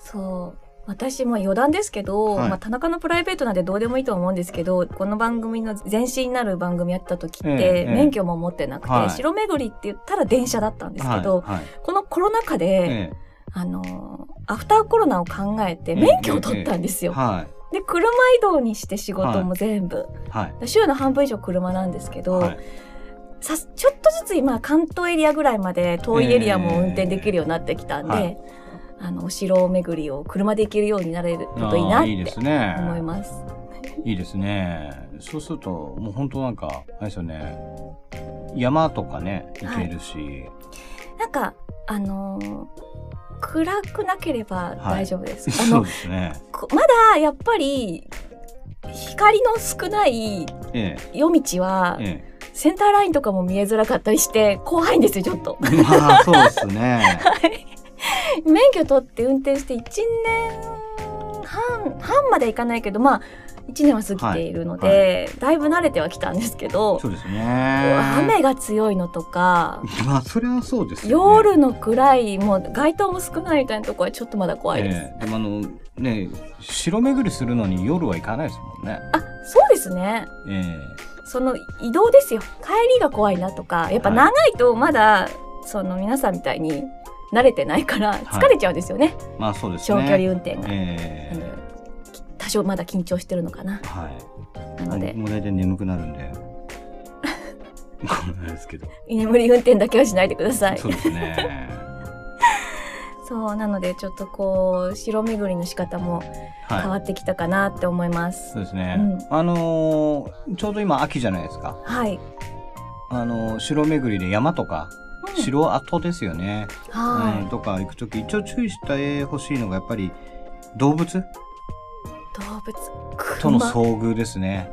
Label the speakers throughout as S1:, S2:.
S1: そう私も余談ですけど、
S2: はい
S1: まあ、田中のプライベートなんてどうでもいいとは思うんですけどこの番組の前身になる番組やった時って
S2: ええ
S1: 免許も持ってなくて、
S2: はい
S1: 城巡りって言ったら電車だったんですけど、
S2: はいはい
S1: このコロナ禍で、
S2: え
S1: あのーアフターコロナを考えて
S2: え
S1: 免許を取ったんです
S2: え
S1: よ。
S2: は
S1: で車移動にして仕事も全部、
S2: いはい
S1: 週の半分以上車なんですけど、
S2: はい
S1: さすちょっとずつ今関東エリアぐらいまで遠いエリアも運転できるようになってきたんで、
S2: ええは
S1: あのお城巡りを車で行けるようになれる
S2: あ
S1: と
S2: ー
S1: いいなっ
S2: いいで
S1: て
S2: すね
S1: 思います。
S2: いいですねそうするともう本当なんかあれですよね山とかね行けるし、
S1: なんかあのー暗くなければ大丈夫です。あ
S2: そ
S1: の
S2: うですね
S1: こまだやっぱり光の少ない
S2: え
S1: 夜道は
S2: ええ
S1: センターラインとかも見えづらかったりして怖いんですよちょっと。
S2: えまあそうですね
S1: 免許取って運転して1年半半までいかないけどまあ1年は過ぎているので、
S2: はい
S1: だいぶ慣れてはきたんですけど、
S2: そうですね
S1: 雨が強いのとか
S2: まあそれはそうですよね
S1: 夜の暗いもう街灯も少ないみたいなとこはちょっとまだ怖いです。
S2: ええでもあのね城巡りするのに夜は行かないですもんね
S1: あそうですね
S2: え
S1: その移動ですよ帰りが怖いなとかやっぱ長いとまだその皆さんみたいに慣れてないから疲れちゃうんですよね、
S2: えまあそうです
S1: 長
S2: ね
S1: 距離運転が
S2: ええ
S1: 多少まだ緊張してるのかな
S2: はい
S1: なので
S2: もう大体眠くなる んで。こんなんですけど。
S1: 居眠り運転だけはしないでください
S2: そうですね。
S1: そうなのでちょっとこう城巡りの仕方も変わ
S2: はい。
S1: ってきたかなって思います
S2: そうですね。
S1: うん
S2: あのーちょうど今秋じゃないですか。
S1: はい、
S2: あのー城巡りで山とか、
S1: うん
S2: 城跡ですよね。
S1: はい、
S2: うんとか行くとき、一応注意してほしいのがやっぱり動物
S1: 動物
S2: との
S1: 熊
S2: 遭遇ですね。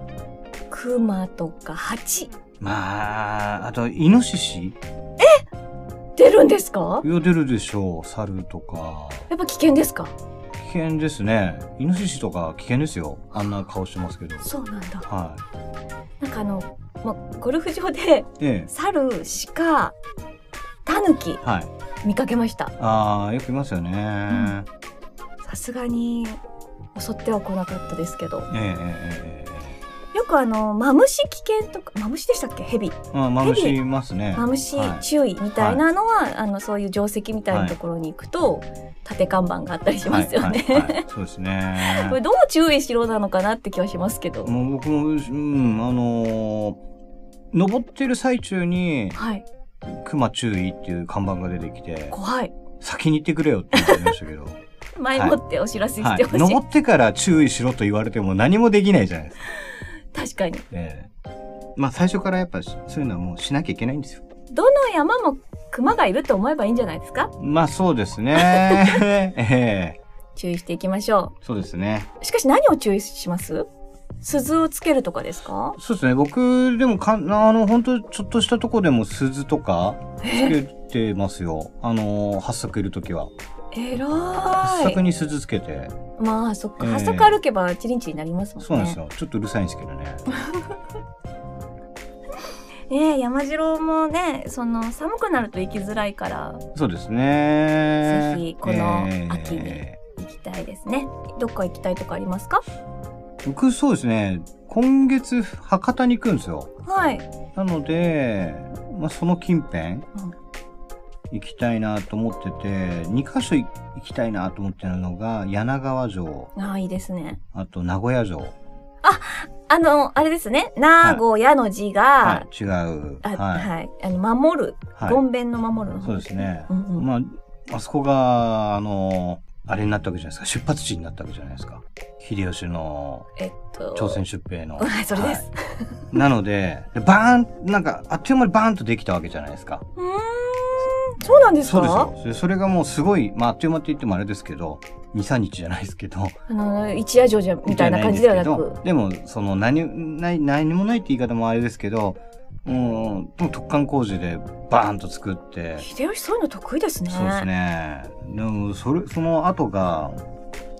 S1: 熊とか蜂
S2: まあ、あと、イノシシ
S1: 出るんですか
S2: よ出るでしょう。猿とか。
S1: やっぱ危険ですか
S2: 危険ですね。イノシシとか危険ですよ。あんな顔してますけど。
S1: そうなんだ
S2: は
S1: なんかあの、ま、ゴルフ場で
S2: い。ええ。
S1: 猿鹿タヌキ
S2: はい。
S1: 見かけました
S2: ああ、よくいますよね。
S1: さすがに襲っては来なかったですけど
S2: えええええ
S1: よくあのマムシ危険とかマムシでしたっけヘビ
S2: えまあ、マムシいますね。
S1: マムシ
S2: はい
S1: 注意みたいなのは、あのそういう定石みたいなところに行くと、縦看板があったりしますよね。
S2: はいはいはいそうです
S1: これ
S2: ね。
S1: どう注意しろなのかなって気はしますけど。
S2: もう僕も、うん、あのー登ってる最中に、
S1: はい、
S2: 熊注意っていう看板が出てきて、
S1: 怖い。
S2: 先に行ってくれよって言ってまし たけど、
S1: 前もってお知らせし
S2: は
S1: てほし
S2: い。
S1: い。
S2: 登ってから注意しろと言われても何もできないじゃな いですか。
S1: 確かに。
S2: ええまあ、最初からやっぱし、そういうのはもうしなきゃいけない んですよ。
S1: どの山も熊がいると思えばいいんじゃないですか
S2: まあ、そうですね。 ええ
S1: 注意していきましょ
S2: そうですね。
S1: う。しかし何を注意します鈴をつけるとかですか
S2: そうですね。僕、でもか、あの、本当ちょっとしたとこでも鈴とかつ
S1: え
S2: けてますよ。あの、八作いるときは。
S1: えらー
S2: 八作
S1: い。
S2: に鈴つけて。
S1: まあそっか。
S2: ええ
S1: 八坂歩けばチリンチリになりますもんね。
S2: そうなんですよ。ちょっとうるさいんですけどね。
S1: ねえ山城もねその寒くなると行きづらいから
S2: そうですね。
S1: ぜひこの秋に
S2: え
S1: 行きたいですねどっか行きたいとかありますか
S2: ー僕、そうですね。今月、博多に行くんですよ。
S1: はい
S2: なので、まあ、その近辺、行きたいなと思ってて、2カ所行きたいなと思ってるのが、柳川城、
S1: ああいいですね
S2: あと名古屋城。
S1: あのあれですね名古屋の字
S2: は
S1: が、
S2: い、違う。
S1: あはい、
S2: はい。
S1: あの守る
S2: はい
S1: ごんべんの守るの
S2: そうですね。
S1: うんうん
S2: まあ、あそこが、あの、あれになったわけじゃないですか。出発地になったわけじゃないですか。秀吉の
S1: えっと
S2: 朝鮮出 兵の。
S1: はいそれです、
S2: はいなので、でバーン、なんか、あっという間にバーンとできたわけじゃないですか。
S1: うーんそうなんです
S2: そう
S1: か
S2: ですよ。それそれがもうすごい、まあ、あっという間って言ってもあれですけど、2、3日じゃないですけど。
S1: あの一夜城じゃ みたいな感じではな
S2: じゃいん
S1: く
S2: ですけどでも、その、何、ない、何もないって言い方もあれですけど、もう、もう突貫工事でバーンと作って、
S1: 秀吉そういうの得意ですね
S2: そうですね。でも、それ、その後が、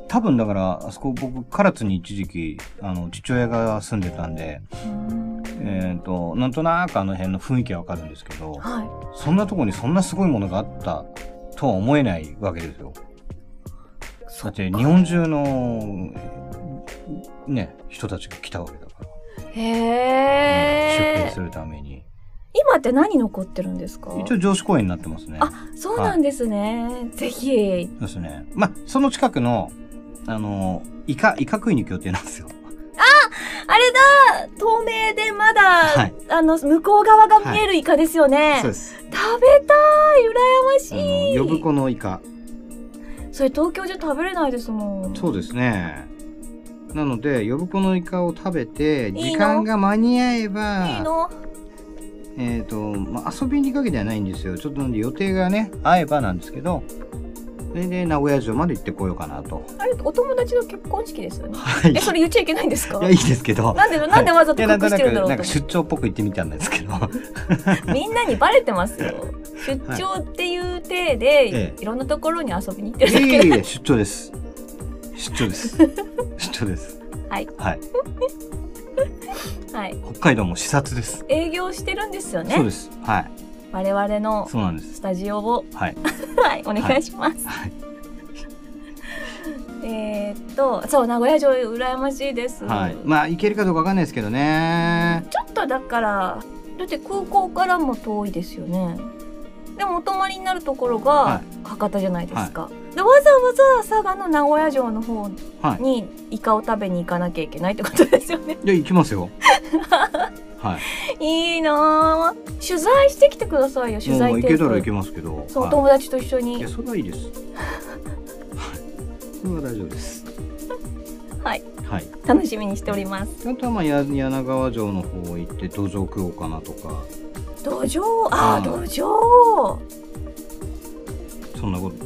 S2: 多分だから、あそこ僕、唐津に一時期、あの、父親が住んでたんで、
S1: うーん
S2: えっ、と、なんとなくあの辺の雰囲気はわかるんですけど、
S1: は
S2: そんなとこにそんなすごいものがあったとは思えないわけですよ。
S1: いそ
S2: だっ
S1: ってか
S2: 日本中の、ね、人たちが来たわけだから。出
S1: へ
S2: 品
S1: え
S2: するために。
S1: 今って何残ってるんですか
S2: 一応上司公園になってますね。
S1: あそうなんですね、ぜひ
S2: そうですね。まあ、その近くの、あの、イカ、イカ食いに行く予定なんですよ。
S1: あれだ透明でまだ、
S2: はい
S1: あの向こう側が見えるイカですよね、
S2: そうです。
S1: 食べたい羨まし
S2: あ
S1: い
S2: の、呼子のイカ。
S1: それ東京じゃ食べれないですもん
S2: そうですね。なので、呼子のイカを食べて、
S1: の
S2: 時間が間に合えば、
S1: いいの
S2: えっ、と、まあ、遊びに行くわけではないんですよ。ちょっとなんで予定がね、合えばなんですけど、それで名古屋城まで行ってこようかなと。
S1: あれお友達の結婚式ですよね
S2: はい。い
S1: えそれ言っちゃいけないんですか
S2: や、いいですけど。
S1: なんでなんでわざと
S2: いや
S1: 隠
S2: なんと
S1: し
S2: な
S1: てる
S2: く
S1: んだろう
S2: なん
S1: と
S2: か出張っぽく言ってみたんですけど
S1: みんなにバレてますよ。出張っていう体で、
S2: ええ
S1: いろんなところに遊びに行っ
S2: い
S1: て
S2: え
S1: るだ
S2: い
S1: け
S2: えいえ出張です出張です 出張です
S1: はい、
S2: はい、
S1: はい。
S2: 北海道も視察です、
S1: 営業してるんですよ
S2: そう
S1: ね。
S2: ですはい
S1: 我々の
S2: そうなんです
S1: スタジオを、
S2: はい
S1: はい、お願いします。
S2: はい
S1: えーっと、そう、名古屋城羨ましいです。
S2: はいまあ行けるかどうかわかんないですけどね
S1: ちょっとだから、だって空港からも遠いですよね。でもお泊まりになるところ
S2: は
S1: が博多じゃないですか。でわざわざ佐賀の名古屋城の方
S2: はい
S1: にイカを食べに行かなきゃいけないってことですよね。
S2: いや行きますよはい
S1: いいなあ取材してきてくださいよ取材
S2: もう
S1: テ
S2: 行
S1: ー
S2: け
S1: プ
S2: たら行けますけど
S1: そう、
S2: はい
S1: 友達と一緒
S2: い
S1: に
S2: やそれはいいですはいそれは大丈夫です
S1: はい
S2: はい
S1: 楽しみにしております
S2: あとはまあや柳川城の方行って土壌食おうかなとか
S1: 土壌ああ土
S2: うん
S1: 壌
S2: そんなこと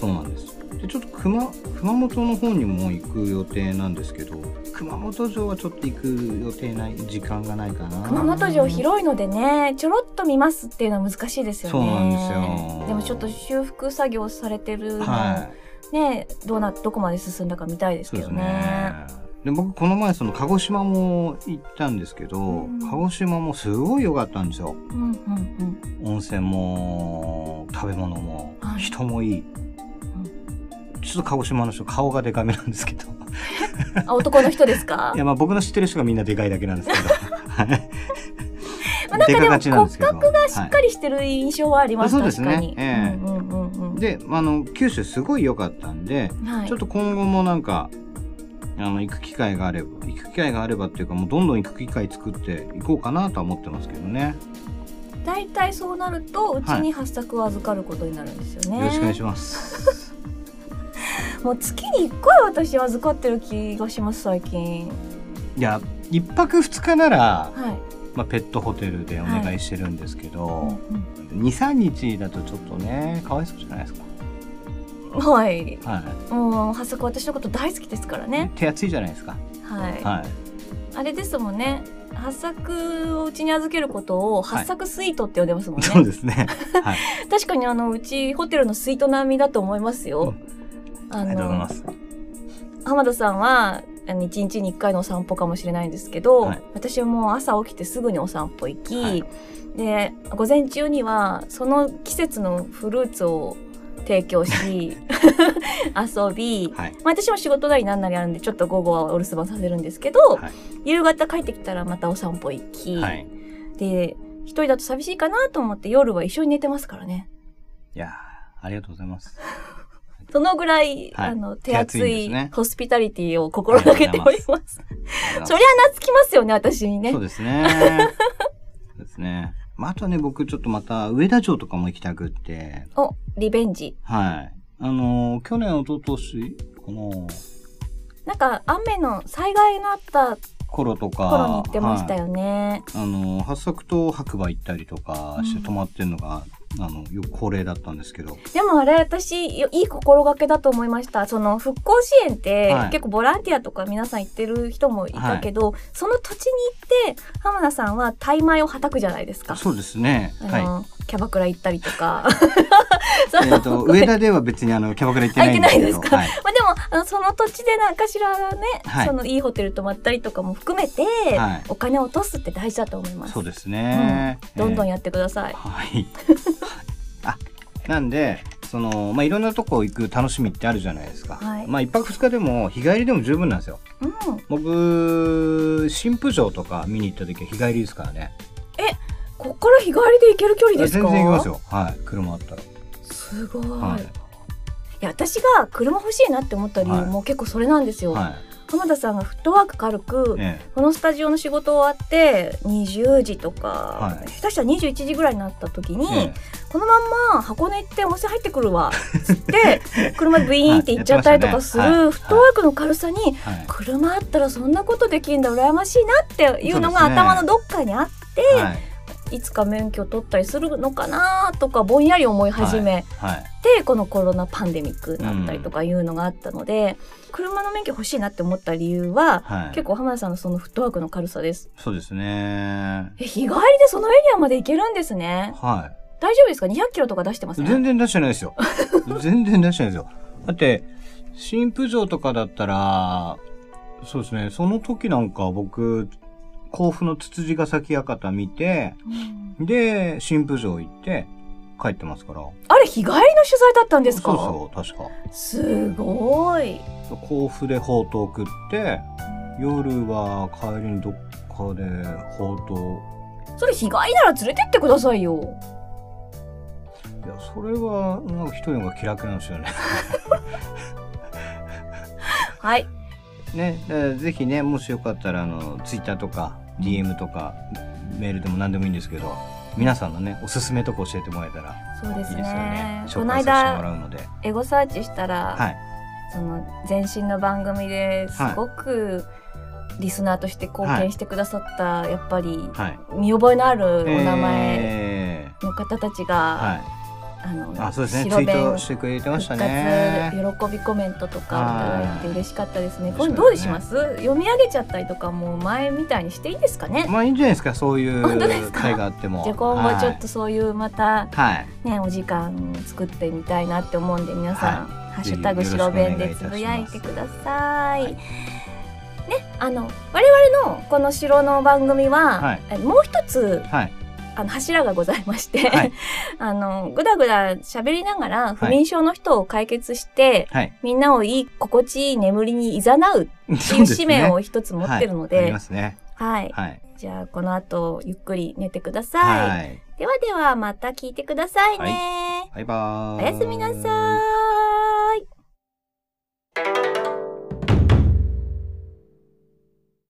S2: そうなんですでちょっと熊熊本の方にも行く予定なんですけど熊本城はちょっと行く予定ない時間がないかな
S1: 熊本城広いのでねちょろっと見ますっていうのは難しいですよね
S2: そうなんですよ
S1: でもちょっと修復作業されてるの、
S2: はい
S1: ねどうなどこまで進んだか見たいです
S2: そう
S1: け
S2: で
S1: ど
S2: す
S1: ね
S2: ねで僕この前その鹿児島も行ったんですけど、
S1: うん
S2: 鹿児島もすごい良かったんですよ
S1: うんうん
S2: 温泉も食べ物も
S1: はい
S2: 人もいい、ちょっと鹿児島の人顔がでかめなんですけど
S1: うんあ男の人ですか
S2: いやまあ僕の知ってる人がみんなでかいだけなん ですけど。はい
S1: まあなんかでも
S2: 骨格が
S1: しっかりしてる印象はあります、
S2: はいあそ
S1: 確
S2: うです
S1: か
S2: ね
S1: に、
S2: ええ
S1: うんうんうんうん
S2: で、あの九州すごい良かったんで、
S1: はい
S2: ちょっと今後もなんかあの行く機会があれば行く機会があればっていうかもうどんどん行く機会作っていこうかなとは思ってますけどね。
S1: 大体そうなるとうちに発作を預かることになるんですよね、
S2: よろしくお願いします。
S1: もう月に1回私預かってる気がします最近
S2: いや一泊二日なら、
S1: はい、
S2: まあ、ペットホテルでお願いしてるんですけ
S1: う
S2: ど、
S1: ん
S2: 二三日だとちょっとねかわいそうじゃないですか。
S1: うんはい
S2: はい。
S1: もう発作私のこと大好きですからね
S2: 手厚いじゃないですか。
S1: はい、
S2: はい。
S1: あれですもんね発作をうちに預けることを発作スイートって呼んでますもんね、
S2: そうですね。はい。
S1: 確かにあのうちホテルのスイート並みだと思いますよ、あ
S2: ありがとうございま
S1: の
S2: す。
S1: 浜田さんはあの1日に1回のお散歩かもしれないんですけど、
S2: はい
S1: 私はもう朝起きてすぐにお散歩行き、
S2: はい
S1: で午前中にはその季節のフルーツを提供 し遊び、
S2: はい。
S1: まあ、私も仕事なりなんなりあるんでちょっと午後はお留守番させるんですけど、
S2: はい
S1: 夕方帰ってきたらまたお散歩行き、
S2: はい。
S1: で一人だと寂しいかなと思って夜は一緒に寝てますからね
S2: いやーありがとうござい ます。
S1: そのぐらい、
S2: はい
S1: あの手厚
S2: 手厚いんで
S1: い
S2: すね
S1: ホスピタリティを心がけております。そりゃ懐きますよね、私にね。
S2: そうですね。 そうですね。まあ、あとね、僕ちょっとまた上田城とかも行きたくって、
S1: お、リベンジ。
S2: はい。あのー去年、一昨年この
S1: なんか、雨の災害のあった
S2: 頃とか、
S1: 頃に行ってました
S2: はい
S1: よね。
S2: あのー八作と白馬行ったりとかし
S1: う
S2: て
S1: ん
S2: 泊まってるのが、あの、よく恒例だったんですけど、
S1: でもあれ、私、よいい心がけだと思いました。その、復興支援って、
S2: はい
S1: 結構ボランティアとか皆さん行ってる人もいたけど、その土地に行って、浜田さんは大米をはたくじゃないですか。
S2: そうですね。
S1: あ
S2: は
S1: の、キャバクラ行ったりと か。
S2: い。えっと、上田では別にあの、キャバクラ行ってないんですけど。
S1: あ行って
S2: はい。
S1: まあ、でもあのその土地で何かしらね、
S2: はい
S1: そのいいホテル泊まったりとかも含めて、
S2: はい
S1: お金を落とすって大事だと思います
S2: そうですね。
S1: どんどん
S2: や
S1: やってください、
S2: はい。あ、なんで、その、まあ、いろんなとこ行く楽しみってあるじゃないですか。
S1: はい
S2: まあ、一泊二日でも、日帰りでも十分なんですよ。
S1: うん。
S2: 僕、新婦城とか見に行った時は日帰りですからね。
S1: こっから日帰りで行ける距離で
S2: 全
S1: す
S2: 然
S1: か
S2: 行きますよ。はい。車あったら。
S1: すごい。
S2: はいい。
S1: や私が車欲しいなって思った理由
S2: はい
S1: も結構それなんですよ、
S2: は
S1: 浜田さんがフットワーク軽く、
S2: い。え
S1: このスタジオの仕事終わって20時とか、
S2: はい
S1: 下手したら21時ぐらいになった時に、
S2: え。え
S1: このまんま箱根行って温泉入ってくる わっつって車でブイーンって行っちゃったりとかす
S2: はいや
S1: る
S2: ってまし
S1: フ
S2: たねはい
S1: ットワークの軽さに
S2: えはい。
S1: 車あったらそんなことできるんだ羨ましいなっていうのが
S2: そうですね
S1: 頭のどっかにあって、
S2: はい。
S1: いつか免許取ったりするのかなとかぼんやり思い始め、
S2: はい。
S1: でこのコロナパンデミックだったりとかいうのがあったので、車の免許欲しいなって思った理由は、
S2: はい。
S1: 結構浜田さんのそのフットワークの軽さです
S2: そうですね。
S1: え日帰りでそのエリアまで行けるんですね
S2: はい。
S1: 大丈夫ですか200キロとか出してますね
S2: 全然出してないですよ。全然出してないですよ。だって、新婦城とかだったら、そうですね、その時なんか僕、甲府のつつじヶ崎館見て、
S1: うん
S2: で、新婦城行って、帰ってますから。
S1: あれ日帰りの取材だったんですか
S2: そうそう、確か。
S1: すごい
S2: 甲府でほうとう食って、夜は帰りにどっかでほうと
S1: それ日帰りなら連れてってくださいよ
S2: う。いや、それは、なんか一人の方が気楽なんですよね。
S1: はい
S2: ね、だからぜひね、もしよかったら、あの、ツイッターとか、DM とか、メールでも何でもいいんですけど、皆さんのね、おすすめとか教えてもらえたら
S1: そうで
S2: い
S1: す
S2: い
S1: ね
S2: ですよね。
S1: こ
S2: 紹
S1: の
S2: 介させても
S1: 間
S2: らうので。
S1: エゴサーチしたら、
S2: はい。
S1: その前身の番組ですごくリスナーとして貢献してくださった、やっぱり
S2: はい。
S1: 見覚えのあるお名前
S2: え
S1: の方たち
S2: ー
S1: が、
S2: は
S1: あの
S2: い。あ、そうですね。ツ
S1: 白
S2: イー
S1: 弁
S2: トしてくれてました
S1: 復活
S2: ね。
S1: 喜びコメントとかいただいて嬉しかったですね
S2: はい
S1: これどうします読み上げちゃったりとかもう前みたいにしていいですかね、
S2: まあいいんじゃないですか、そうい
S1: 本当です
S2: う
S1: か
S2: 会があっても。
S1: じゃあ今後ちょっとそういうまた
S2: はい。はい。
S1: ねお時間作ってみたいなって思うんで皆さん、ハッシュタグ
S2: ぜひ
S1: 白弁で
S2: よろし
S1: つ
S2: くお
S1: ぶ
S2: 願いいた
S1: や
S2: します
S1: いてください。
S2: はい
S1: ね、あの我々のこの城の番組は、
S2: はい
S1: えもう一つ
S2: はい。
S1: あの柱がございまして、
S2: はい
S1: あのぐだぐだ喋りながら不眠症の人を解決して、
S2: はい。
S1: みんなをいい心地いい眠りに誘う っていう使命を一つ持ってるの
S2: そうすねあり
S1: で
S2: ま、すね。
S1: はい、
S2: はい。
S1: じゃあこの後ゆっくり寝てください。
S2: はい。
S1: ではではまた聞いてくださいね。
S2: バイバー
S1: お
S2: イ。
S1: やすみなさーい。